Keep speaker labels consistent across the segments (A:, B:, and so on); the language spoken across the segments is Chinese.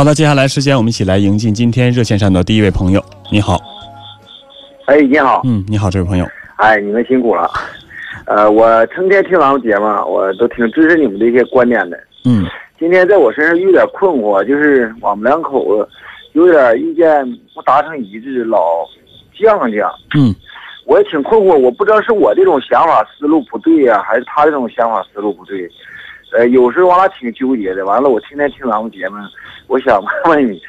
A: 好了，接下来时间我们一起来迎进今天热线上的第一位朋友。你好，
B: 哎，你好，
A: 嗯，你好，这位朋友，
B: 哎，你们辛苦了。呃，我成天听咱们节目，我都挺支持你们的一些观点的。
A: 嗯
B: 今天在我身上遇点困惑，就是我们两口子有点意见不达成一致，老犟犟。
A: 嗯
B: 我也挺困惑，我不知道是我这种想法思路不对呀、还是他这种想法思路不对。呃，有时候我俩挺纠结的。完了，我天天听咱们节目，我想问问你，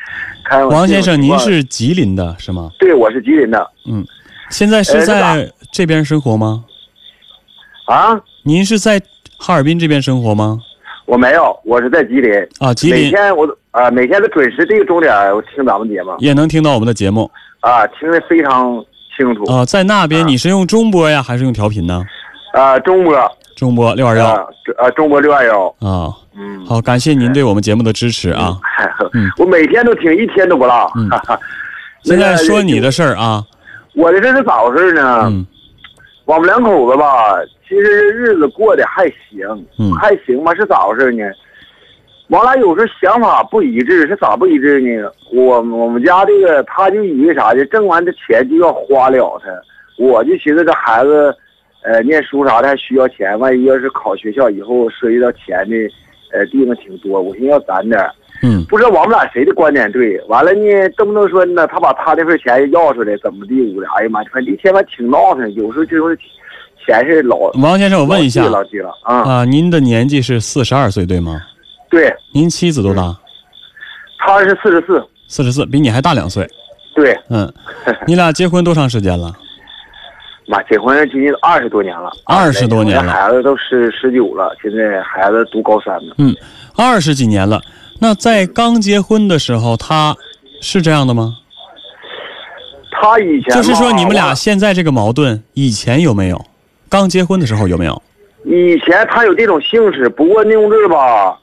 B: 看
A: 王先
B: 这
A: 生，
B: 种情
A: 您
B: 况
A: 是吉林的是吗？
B: 对，我是吉林的
A: 嗯，现在
B: 呃
A: 是
B: 是
A: 在这边生活吗？
B: 啊，
A: 您是在哈尔滨这边生活吗？
B: 我没有，我是在吉林。
A: 啊，吉
B: 每
A: 林
B: 天我都啊、每天都准时这个钟点儿我听咱们节目
A: 也能听到我们的节目
B: 啊，听得非常清楚啊、
A: 啊、在那边
B: 啊
A: 你是用中波呀，还是用调频呢？
B: 中波
A: 中波六二幺
B: 啊，这啊，中波六二幺，
A: 啊，
B: 嗯，
A: 好，感谢您对我们节目的支持啊。
B: 我每天都听，一天都不落。
A: 嗯
B: 那
A: 现
B: 个
A: 在说你的事儿啊，
B: 我的这是咋回事呢？
A: 嗯
B: 我们两口子吧，其实日子过得还行，
A: 嗯
B: 还行吧，是咋回事呢？完了，有时候想法不一致，是咋不一致呢？我我们家这个，他就以为啥的，挣完这钱就要花了他，我就寻思这孩子，呃，念书啥的还需要钱，万一要是考学校以后涉及到钱的，呃，地方挺多，我寻思要攒点儿。
A: 嗯
B: 不知道我们俩谁的观点对。完了呢，动不动说呢，他把他这份钱要出来，怎么地我的？哎呀妈，反正一天吧挺闹腾，有时候就是钱是老
A: 王先生，我问一下
B: 老记了啊、
A: 啊，您的年纪是四十二岁对吗？
B: 对，
A: 您妻子多大？
B: 他是四十四，
A: 四十四，比你还大两岁。
B: 对，
A: 嗯，你俩结婚多长时间了？
B: 妈，结婚今年二十多年了，
A: 二十多年了
B: 我家孩子都十十九了，现在孩子读高三呢。
A: 嗯，二十几年了。那在刚结婚的时候，他是这样的吗？
B: 他以前
A: 就是说
B: 吧
A: 你们俩现在这个矛盾以前有没有？刚结婚的时候有没有？
B: 以前他有这种性质，不过那种事吧，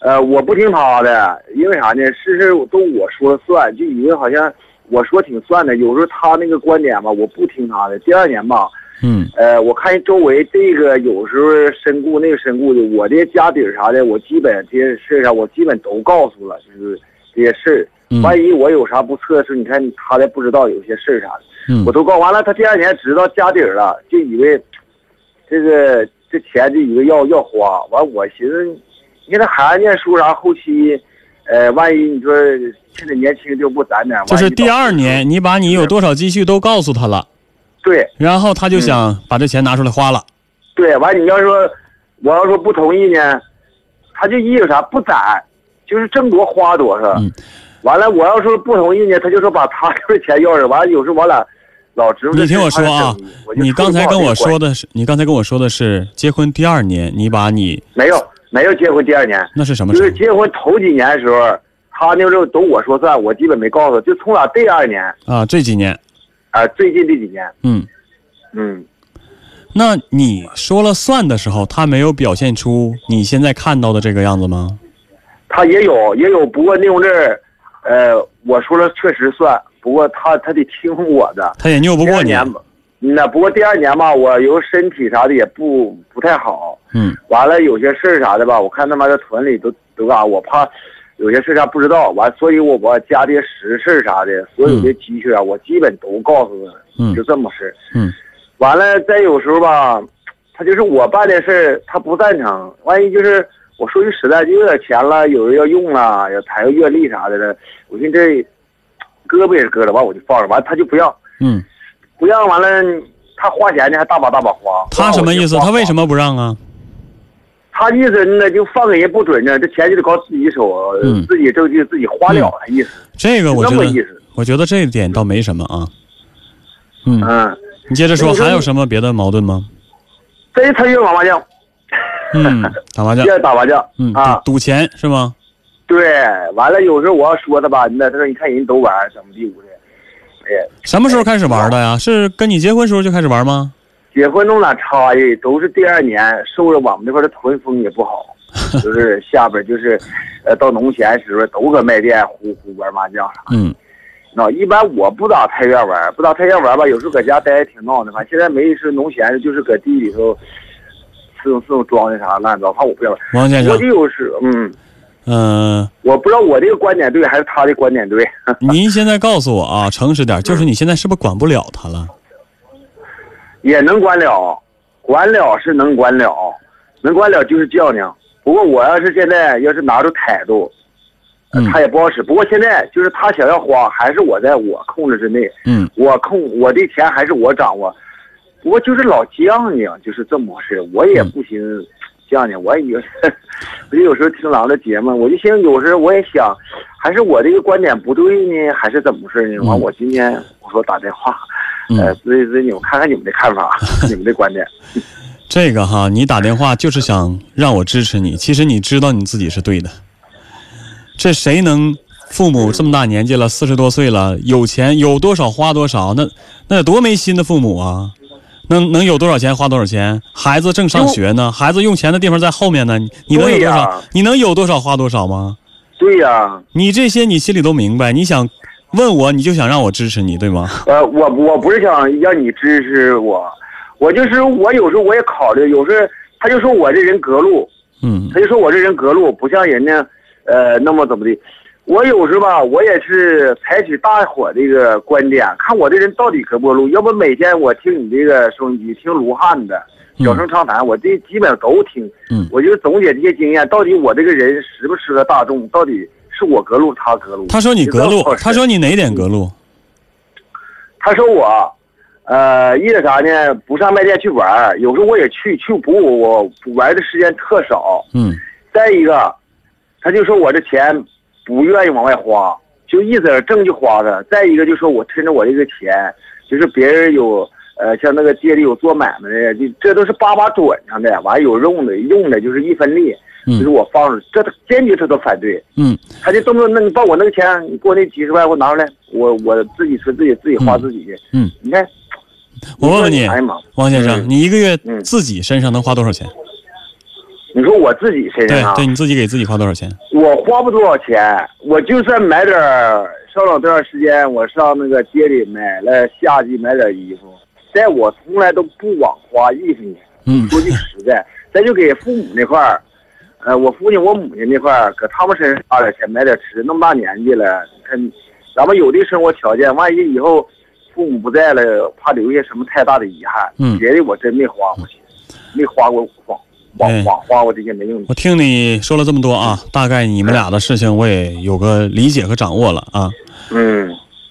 B: 呃，我不听他的，因为啥呢？事事都我说了算，就以为好像我说挺算的。有时候他那个观点吧，我不听他的。第二年吧，
A: 嗯
B: 呃，我看周围这个有时候身故那个身故的，我这家底儿啥的，我基本这些事儿啊，我基本都告诉了，就是这些事儿。
A: 嗯
B: 万一我有啥不测试，你看他的不知道有些事儿啥的。
A: 嗯
B: 我都告完了，他第二年知道家底儿了，就以为这个这钱就以为要要花。完，我寻思，你看这孩子念书啥，后期，呃，万一你说趁着年轻就不攒点儿，
A: 就是
B: 万一到
A: 第二年你把你有多少积蓄都告诉他了，
B: 对
A: 然后他就想把这钱拿出来花了。
B: 对，完你要说我要说不同意呢，他就意思啥不攒，就是挣多花多少。
A: 嗯
B: 完了，我要说不同意呢，他就说把他这钱要着。完了，有时候我俩老直。
A: 你听我说啊，你刚才跟我说的是，你刚才跟我说的是结婚第二年，你把你
B: 没有没有结婚第二年。
A: 那是什么
B: 就
A: 时
B: 是
A: 候
B: 结婚头几年的时候，他那时候都我说算，我基本没告诉他。就从俩第二年
A: 啊？这几年，
B: 啊、最近这几年，
A: 嗯，
B: 嗯，
A: 那你说了算的时候，他没有表现出你现在看到的这个样子吗？
B: 他也有也有，不过那种事儿，呃，我说了确实算，不过他他得听我的。
A: 他也拗不
B: 第
A: 过
B: 二
A: 你，
B: 年吧，那不过第二年吧，我由身体啥的也不不太好，
A: 嗯
B: 完了有些事儿啥的吧，我看他妈的屯里都都干啥，我怕有些事儿啥不知道，完，所以我我家这些实事儿啥的，所有的积蓄啊，我基本都告诉他，
A: 嗯
B: 就这么事儿。
A: 嗯
B: 完了，再有时候吧，他就是我办的事儿，他不赞成。万一就是我说句实在，就有点钱了，有人要用了，要抬个阅历啥的了，我寻思这胳膊也是割了，完我就放着，完他就不要，
A: 嗯，
B: 不让完了，他花钱呢还大把大把花。
A: 他什么意思？他为什
B: 么？
A: 么不让啊？
B: 他意思呢，就放给人不准呢，这钱就得靠自己手，
A: 嗯
B: 自己挣就自己花了，的意思。
A: 这个我觉
B: 那么意
A: 得
B: 思，
A: 我觉得这一点倒没什么啊。嗯，
B: 嗯，
A: 你接着说，
B: 那你说
A: 还有
B: 你
A: 什么别的矛盾吗？
B: 这一他就打麻将，
A: 嗯，打麻将
B: 就，爱打麻将，
A: 嗯，
B: 啊。
A: 赌赌钱是吗？
B: 对，完了有时候我要说他吧，那他说你看人都玩儿怎么地不的，哎，
A: 什么时候开始玩的
B: 啊
A: 呀？是跟你结婚时候就开始玩吗？
B: 结婚弄俩差异都是第二年，受着我们这块的屯风也 不好，就是下边就是，呃，到农闲时候都搁卖店呼呼玩麻将啥。
A: 嗯
B: 那一般我不咋太愿玩儿，不咋太愿玩儿吧，有时候搁家待着挺闹的，反正现在没事农闲就是搁地里头，伺候伺候庄稼啥乱糟，反正我不愿玩儿。
A: 王先
B: 我
A: 生
B: 就，有时嗯，
A: 嗯、
B: 我不知道我这个观点对还是他的观点对。
A: 您现在告诉我啊，诚实点，就是你现在是不是管不了他了？
B: 也能管了，管了是能管了，能管了就是较量。不过我要是现在要是拿出态度，
A: 嗯
B: 他也不好使。不过现在就是他想要花，还是我在我控制之内，
A: 嗯，
B: 我控我的钱还是我掌握。不过就是老犟犟，就是这么回事。我
A: 嗯
B: 也不行，犟犟，我也有， 我就有时候听郎的节目，我就寻思有时候我也想，还是我这个观点不对呢，还是怎么回事呢？完，
A: 嗯
B: 我今天我说打电话。
A: 嗯
B: 呃，所以所以你们看看你们的看法，你们的观点。
A: 这个哈，你打电话就是想让我支持你，其实你知道你自己是对的。这谁能？父母这么大年纪了，四十多岁了，有钱有多少花多少，那那得多没心的父母啊！能能有多少钱花多少钱？孩子正上学呢，孩子用钱的地方在后面呢，你你能有多少？
B: 对呀
A: 你能有多少花多少吗？
B: 对呀、
A: 你这些你心里都明白，你想问我，你就想让我支持你，对 吗？
B: 呃，我我不是想让你支持我，我就是我有时候我也考虑，有时候他就说我这人隔路，
A: 嗯
B: 他就说我这人隔路，不像人家，呃，那么怎么的。我有时候吧，我也是采取大伙这个观点，看我这人到底隔不隔路。要不每天我听你这个收音机，听卢汉的小声畅谈，我这基本上都听。
A: 嗯
B: 我就总结这些经验，到底我这个人适不适合大众，到底是我隔路他隔路。
A: 他说你隔
B: 就
A: 路
B: 这么回，事
A: 他说你哪点隔路？
B: 他说我，呃，因为啥呢？不上外店去玩儿，有时候我也去去补，我玩的时间特少。
A: 嗯
B: 再一个，他就说我这钱不愿意往外花，就一直挣就花着。再一个就说我趁着我这个钱，就是别人有呃像那个街里有做买卖的，就这都是八八准上的，完有用的用的就是一分利，就是
A: 嗯
B: 我放着，这他坚决他都反对。
A: 嗯
B: 他就动不动，那你把我那个钱，你给我那几十万，给我拿出来，我我自己存自己自己花自己去。
A: 嗯，
B: 你看，
A: 我问问你，
B: 哎呀妈，
A: 王先生，
B: 嗯
A: 你一个月
B: 嗯
A: 自己身上能花多少钱？
B: 你说我自己身
A: 对
B: 上啊
A: 对，，你自己给自己花多少钱？
B: 我花不多少钱，我就算买点儿，上了段时间，我上那个街里买了夏季买点衣服，但我从来都不枉花一分钱。
A: 嗯
B: 说句实在，咱就给父母那块儿，呃，我父亲我母亲那块儿，搁他们身上花点钱买点吃，那么大年纪了，你看，咱们有的生活条件，万一以后父母不在了，怕留下什么太大的遗憾。
A: 嗯
B: 别的我真没花过钱，没花过枉
A: 哎
B: 枉枉花过这些没用的。
A: 我听你说了这么多啊，大概你们俩的事情我也有个理解和掌握了啊。
B: 嗯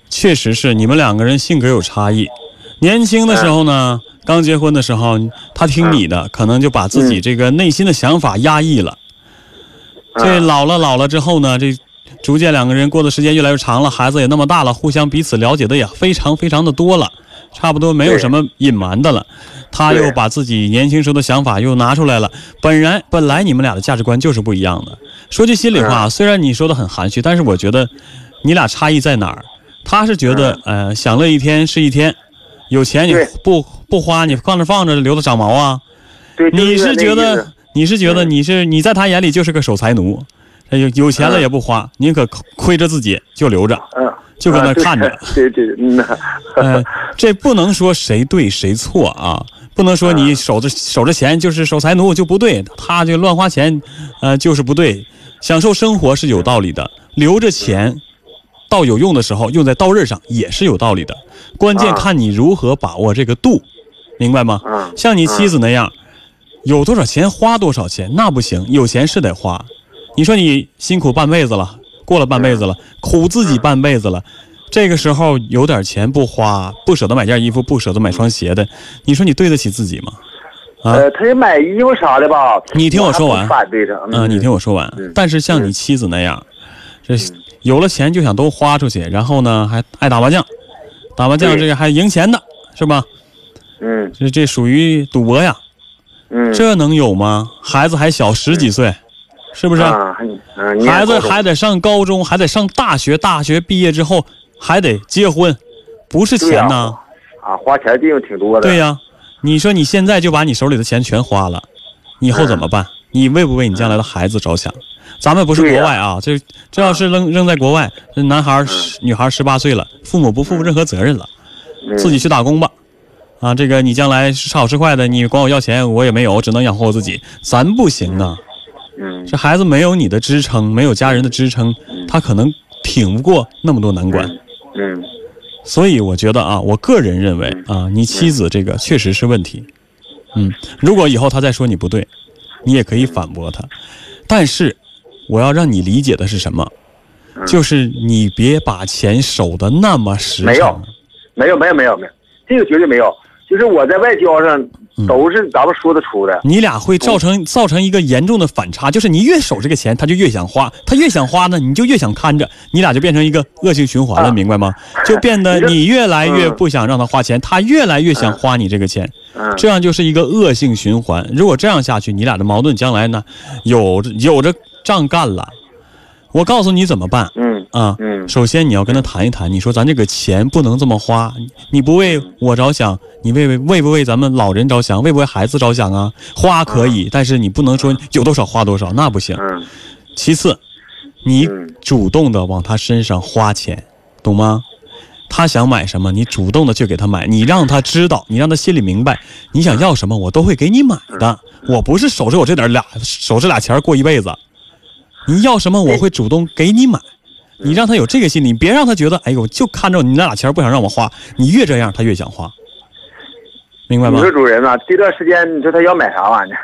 A: 确实是你们两个人性格有差异。年轻的时候呢，
B: 嗯
A: 刚结婚的时候，他听你的，可能就把自己这个内心的想法压抑了。
B: 啊
A: 这老了老了之后呢，这逐渐两个人过的时间越来越长了，孩子也那么大了，互相彼此了解的也非常非常的多了，差不多没有什么隐瞒的了。他又
B: 对
A: 把自己年轻时候的想法又拿出来了，本来本来你们俩的价值观就是不一样的。说句心里
B: 嗯
A: 话，虽然你说的很含蓄，但是我觉得你俩差异在哪儿？他是觉得呃，享乐一天是一天，有钱你
B: 嗯对
A: 不不花，你放着放着留着长毛啊。
B: 对，
A: 你
B: 就是那
A: 觉
B: 意思
A: 得你是觉得
B: 嗯
A: 你是你在他眼里就是个守财奴，哎有有钱了也不花，宁可亏着自己就留着，
B: 嗯，
A: 就搁那
B: 啊
A: 看着。。
B: 对对，对嗯呐，
A: 呃，这不能说谁对谁错啊，不能说你守着守着钱就是守财奴就不对，他就乱花钱，呃，就是不对。享受生活是有道理的，留着钱到有用的时候用在刀刃上也是有道理的，关键
B: 啊
A: 看你如何把握这个度，明白吗？
B: 嗯
A: 像你妻子那样，有多少钱花多少钱，那不行，有钱是得花。你说你辛苦半辈子了，过了半辈子了，
B: 嗯
A: 苦自己半辈子了，这个时候有点钱不花，不舍得买件衣服，不舍得买双鞋的，你说你对得起自己吗？啊
B: 呃，他也买衣服啥的吧？
A: 你听我说完
B: 还不反对他。
A: 嗯、你听我说完。但是像
B: 嗯
A: 你妻子那样，这有了钱就想都花出去，然后呢还爱打麻将，打麻将
B: 对
A: 这个还赢钱的，是吧？
B: 嗯
A: 这这属于赌博呀，
B: 嗯，
A: 这能有吗？孩子还小十几岁，是不
B: 不
A: 是？
B: 啊，嗯，你也
A: 孩子
B: 高中
A: 还得上高中，还得上大学，大学毕业之后还得结婚，不是
B: 对呀
A: 钱呐？
B: 啊，花钱的地方挺多的。
A: 对呀、你说你现在就把你手里的钱全花了，你以后怎么办？你为不为你将来的孩子着想？咱们不是
B: 对
A: 国
B: 呀啊
A: 外啊，这这要是扔扔在国外，这男孩儿、女孩十八岁了，父母不负任何责任了，
B: 嗯
A: 自己去打工吧。啊，这个你将来是好是坏的，你管我要钱，我也没有，我只能养活我自己。咱不行啊，
B: 嗯
A: 这孩子没有你的支撑，没有家人的支撑，他可能挺不过那么多难关。
B: 嗯
A: 所以我觉得啊，我个人认为啊，你妻子这个确实是问题。嗯，如果以后他再说你不对，你也可以反驳他。但是我要让你理解的是什么？
B: 嗯
A: 就是你别把钱守得那么实
B: 没有
A: 诚。
B: 没有没有没有没有，这个绝对没有。就是我在外交上
A: 嗯
B: 都是咱们说得出的，
A: 你俩会造
B: 哦
A: 成造成一个严重的反差，就是你越守这个钱，他就越想花，他越想花呢，你就越想看着，你俩就变成一个恶性循环了，
B: 啊
A: 明白吗？就变得
B: 你这
A: 你越来越
B: 嗯
A: 不想让他花钱，他越来越想花你这个钱，
B: 嗯
A: 这样就是一个恶性循环。如果这样下去，你俩的矛盾将来呢，有有着仗干了。我告诉你怎么办
B: 嗯
A: 啊！
B: 嗯
A: 首先你要跟他谈一谈，你说咱这个钱不能这么花，你你不为我着想，你为为为不为咱们老人着想，为不为孩子着想啊？花可以，但是你不能说有多少花多少，那不行。
B: 嗯
A: 其次，你
B: 嗯
A: 主动的往他身上花钱，懂吗？他想买什么，你主动的去给他买，你让他知道，你让他心里明白，你想要什么，我都会给你买的。我不是守着我这点俩守这俩钱儿过一辈子，你要什么我会主动给你买。你让他有这个心理，你别让他觉得，哎呦，就看着你那俩钱儿不想让我花。你越这样，他越想花，明白
B: 你
A: 吗
B: 说？主人呐、这段时间你说他要买啥玩意儿？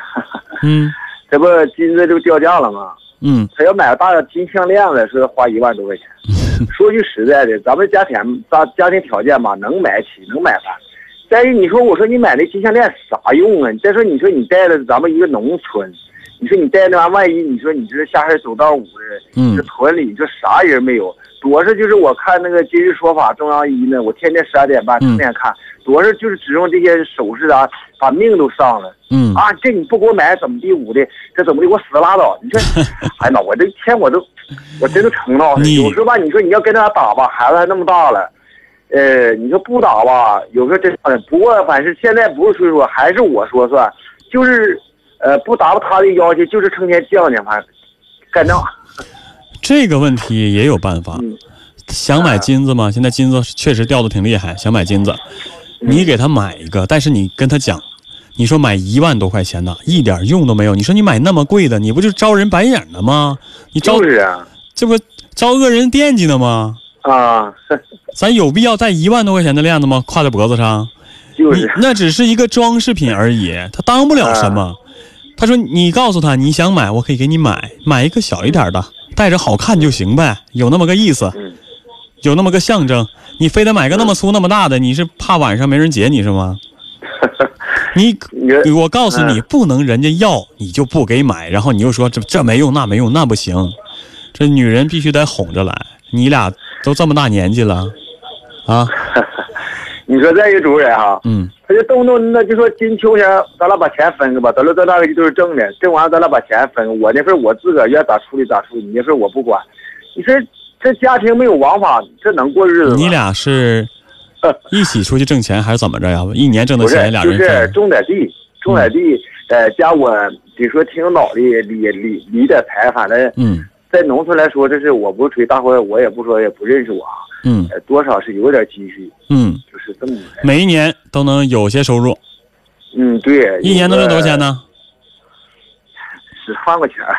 A: 嗯
B: 这不金子这不掉价了吗？
A: 嗯
B: 他要买个大金项链子，说花一万多 块钱。说句实在的，咱们家庭家家庭条件吧，能买起，能买完。再一，你说我说你买那金项链啥用啊？你再说你说你带了咱们一个农村，你说你带那玩意儿，万一你说你这下黑走道五的，这
A: 嗯
B: 屯里你说啥人没有？多少就是我看那个《今日说法》中央一呢，我天天十二点半
A: 嗯
B: 天天看，多少就是只用这些首饰啊，把命都上了。
A: 嗯，
B: 啊，这你不给我买怎么地捂的，这怎么的，给我死拉倒！ 你说，哎呀妈，我这一天我都，我真的成闹
A: 你
B: 了。有时候吧，你说你要跟他打吧，孩子还那么大了，呃，你说不打吧，有时候真的。不过反正现在不是说说，还是我说算，就是，呃，不达到他的要求，就是成天犟犟，反正干仗。
A: 这个问题也有办法。
B: 嗯啊
A: 想买金子吗？现在金子确实掉的挺厉害，想买金子，
B: 嗯
A: 你给他买一个，但是你跟他讲，你说买一万多块钱的，一点用都没有。你说你买那么贵的，你不就招人白眼了吗？你招
B: 就是啊，
A: 这不招恶人惦记呢吗？
B: 啊，
A: 咱有必要戴一万多块钱的链子吗？挎在脖子上？
B: 就
A: 你
B: 是，
A: 那只是一个装饰品而已，它当不了什么。他说：“你告诉他你想买，我可以给你买，买一个小一点的，戴着好看就行呗，有那么个意思
B: 嗯，
A: 有那么个象征。你非得买个那么粗那么大的，你是怕晚上没人接你是吗？你
B: 你说
A: 我告诉你，不能人家要你就不给买，然后你又说这这没用那没用那不行，这女人必须得哄着来。你俩都这么大年纪了，啊，
B: 你说再一个主啊任哈、
A: 嗯
B: 他就动不动那就说金秋天咱俩把钱分个吧，咱俩咱俩就是挣的，挣完了咱俩把钱分个，我那份我自个儿愿咋处理咋处理，你那份我不管。你说这家庭没有王法，这能过日子吗？
A: 你俩是一起出去挣钱还是怎么 着呀？一年挣的
B: 不是
A: 钱俩
B: 就
A: 人
B: 是
A: 分？
B: 种点地，种点地，呃，加我比如说挺脑力，理理理点财，反正
A: 嗯
B: 在农村来说，这是我不是吹大伙儿，我也不说也不认识我啊，
A: 嗯
B: 呃多少是有点积蓄，
A: 嗯，
B: 就是这么来。
A: 每一年都能有些收入，
B: 嗯，对，
A: 一年能挣多少钱
B: 呢？
A: 呢？
B: 十万块钱儿，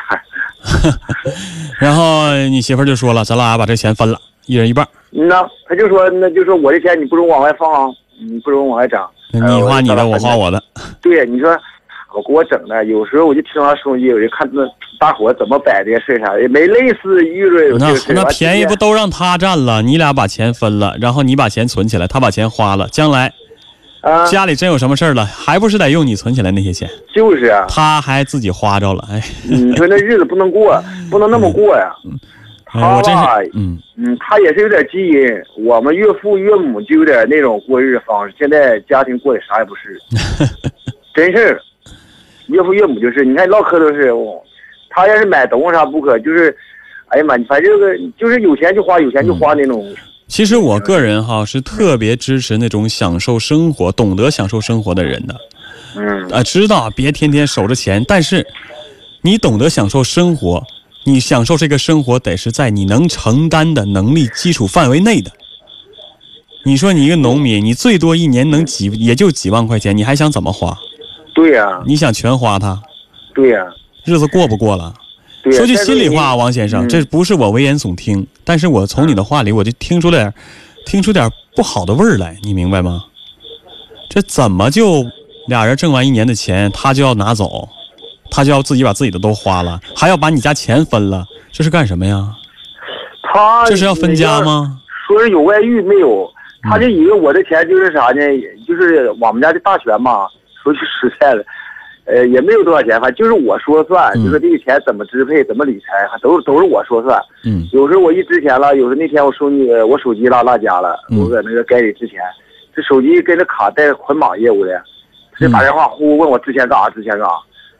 A: 然后你媳妇儿就说了，咱俩把这钱分了，一人一半儿，
B: 嗯呐，他就说，那就说我的钱你不准往外放啊，你不准往外整。
A: 你
B: 哎
A: 花你的，我
B: 我就
A: 花我的。
B: 对，你说我给我整的，有时候我就听他说一句，我就看那大伙怎么摆这些事儿啥的，也没类似舆论有这
A: 那
B: 个事儿。
A: 那
B: 完
A: 便宜不？都让他占了？你俩把钱分了，然后你把钱存起来，他把钱花了，将来
B: 啊，
A: 家里真有什么事儿了，还不是得用你存起来那些钱？
B: 就是啊，
A: 他还自己花着了，哎，
B: 你说那日子不能过，不能那么过呀。
A: 哎
B: 他
A: 我真
B: 吧，
A: 是，嗯
B: 嗯，他也是有点基因，我们岳父岳母就有点那种过日子方式，现在家庭过得啥也 不是，真事儿。岳父岳母就是，你看唠嗑都是，我他要是买东西啥不可，就是，哎呀妈，反正这个就是有钱就花，有钱就花那种。
A: 其实我个人哈是特别支持那种享受生活、懂得享受生活的人的。
B: 嗯
A: 啊，知道别天天守着钱，但是你懂得享受生活，你享受这个生活得是在你能承担的能力基础范围内的。你说你一个农民，你最多一年能几也就几万块钱，你还想怎么花？
B: 对呀、
A: 你想全花它？
B: 对呀、
A: 日子过不过了？
B: 对，
A: 说句
B: 但是
A: 心里
B: 你
A: 话，王先生，
B: 嗯
A: 这不是我危言耸听，但是我从你的话里我就听出点，听出点不好的味儿来，你明白吗？这怎么就俩人挣完一年的钱，他就要拿走，他就要自己把自己的都花了，还要把你家钱分了，这是干什么呀？
B: 他
A: 这是要分家？吗？
B: 说是有外遇没有？
A: 嗯
B: 他就以为我的钱就是啥呢？就是我们家的大权嘛。说句实在的，呃，也没有多少钱，反正就是我说算，
A: 嗯
B: 就是这个钱怎么支配、怎么理财，还都是都是我说算。
A: 嗯
B: 有时候我一支钱了，有时候那天我手机我手机落落家了，
A: 嗯
B: 我搁那个该里之前，这手机跟着卡带捆绑业务的，他就打电话呼问我之前干啥之前干啥，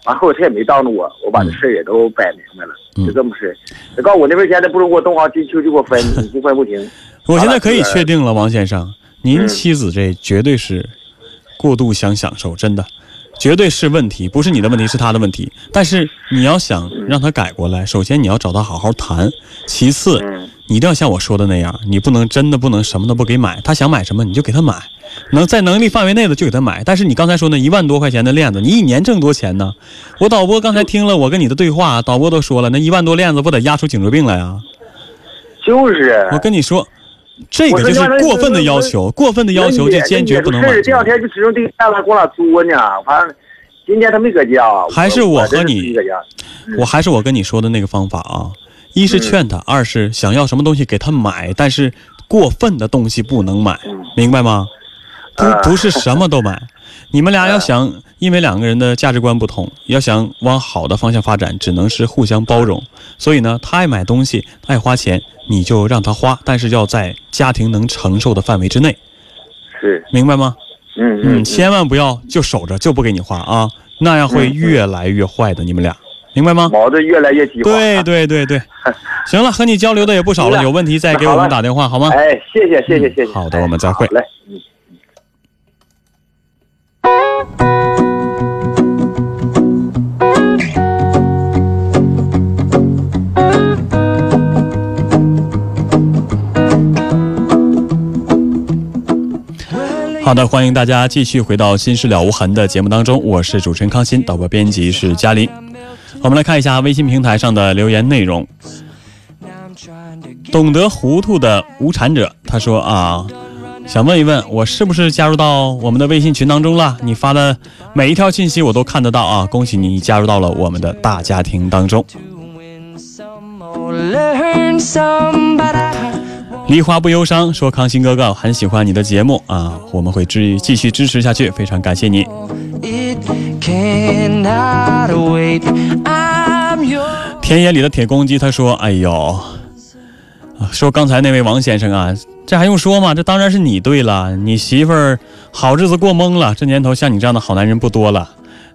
B: 完后他也没当着我，我把这事儿也都摆明白了，
A: 嗯
B: 就这么事。他告诉我那份钱，他不如给我东华金秋就给 我分，你不分不行。
A: 我现在可以
B: 咱俩
A: 确定了，王先生，您
B: 嗯
A: 妻子这绝对是过度想享受，真的，绝对是问题，不是你的问题，是他的问题。但是你要想让他改过来，首先你要找他好好谈，其次
B: 嗯
A: 你一定要像我说的那样，你不能真的不能什么都不给买，他想买什么你就给他买，能在能力范围内的就给他买。但是你刚才说那一万多块钱的链子，你一年挣多钱呢？我导播刚才听了我跟你的对话，导播都说了，那一万多链子不得压出颈椎病来啊？
B: 就是。
A: 我跟你说，这个就是过分的要求，过分的要求就坚决不能
B: 那
A: 满
B: 你也是
A: 足
B: 这。两天就指着地下了，给我俩作呢。反正今天他没搁家，
A: 还是
B: 我
A: 我和你
B: 我真是没搁家。
A: 我还是我跟你说的那个方法啊，一
B: 嗯
A: 是劝他，二是想要什么东西给他买，但是过分的东西不能买，
B: 嗯
A: 明白吗？
B: 啊
A: 不不是什么都 买，你们俩要
B: 呃
A: 想，因为两个人的价值观不同，要想往好的方向发展，只能是互相包
B: 嗯
A: 容。所以呢，他爱买东西，他爱花钱，你就让他花，但是要在家庭能承受的范围之内，
B: 是，
A: 明白吗？
B: 嗯
A: 嗯，千万不要就守着就不给你花啊，那样
B: 嗯
A: 会越来越坏的，你们俩明白吗？
B: 矛盾越来越激化。
A: 对啊对对 对，行了，和你交流的也不少了，
B: 行了
A: 有问题再给我
B: 那好
A: 们
B: 了
A: 打电话好吗？
B: 啊哎，谢谢谢谢谢谢。
A: 好的我们再会
B: 好嘞，嗯。
A: 好的，欢迎大家继续回到《心事了无痕》的节目当中，我是主持人康欣，导播编辑是嘉林。我们来看一下微信平台上的留言内容。懂得糊涂的无产者，他说啊，想问一问我是不是加入到我们的微信群当中了？你发的每一条信息我都看得到啊，恭喜你加入到了我们的大家庭当中。
C: learn some, but I
A: 梨花不忧伤说：“康欣哥哥，很喜欢你的节目啊，我们会支继续支持下去，非常感谢你。”
C: it cannot wait. I'm your
A: 田野里的铁公鸡，他说：“哎呦，啊说刚才那位王先生啊，这还用说吗？这当然是你对了，你媳妇儿好日子过懵了，这年头像你这样的好男人不多了，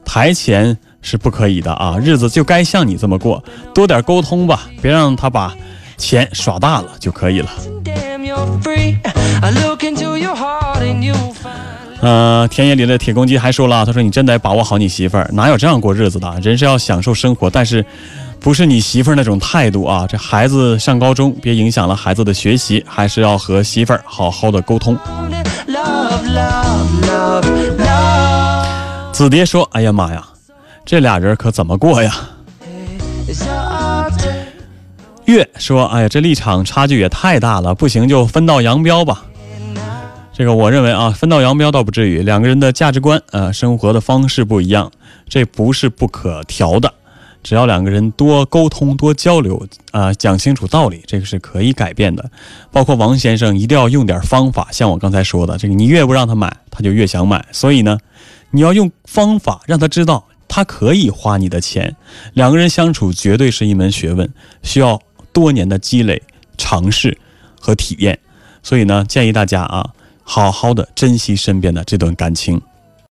A: 台前是不可以的啊，日子就该像你这么过，多点沟通吧，别让他把钱耍大了就可以了。”
C: damn, you're free. I look into your heart and you'll find
A: 呃，田野里的铁公鸡还说了啊，他说你真得把握好你媳妇儿，哪有这样过日子的？人是要享受生活，但是不是你媳妇儿那种态度啊？这孩子上高中，别影响了孩子的学习，还是要和媳妇儿好好的沟通。
C: love, love, love, love.
A: 子蝶说：“哎呀妈呀，这俩人可怎么过呀？”
C: It's your turn.
A: 月说：“哎呀，这立场差距也太大了，不行就分道扬镳吧。”这个我认为啊，分道扬镳倒不至于，两个人的价值观、呃，生活的方式不一样，这不是不可调的。只要两个人多沟通、多交流，啊、讲清楚道理，这个是可以改变的。包括王先生一定要用点方法，像我刚才说的，这个你越不让他买，他就越想买。所以呢，你要用方法让他知道他可以花你的钱。两个人相处绝对是一门学问，需要多年的积累、尝试和体验。所以呢，建议大家啊，好好的珍惜身边的这段感情。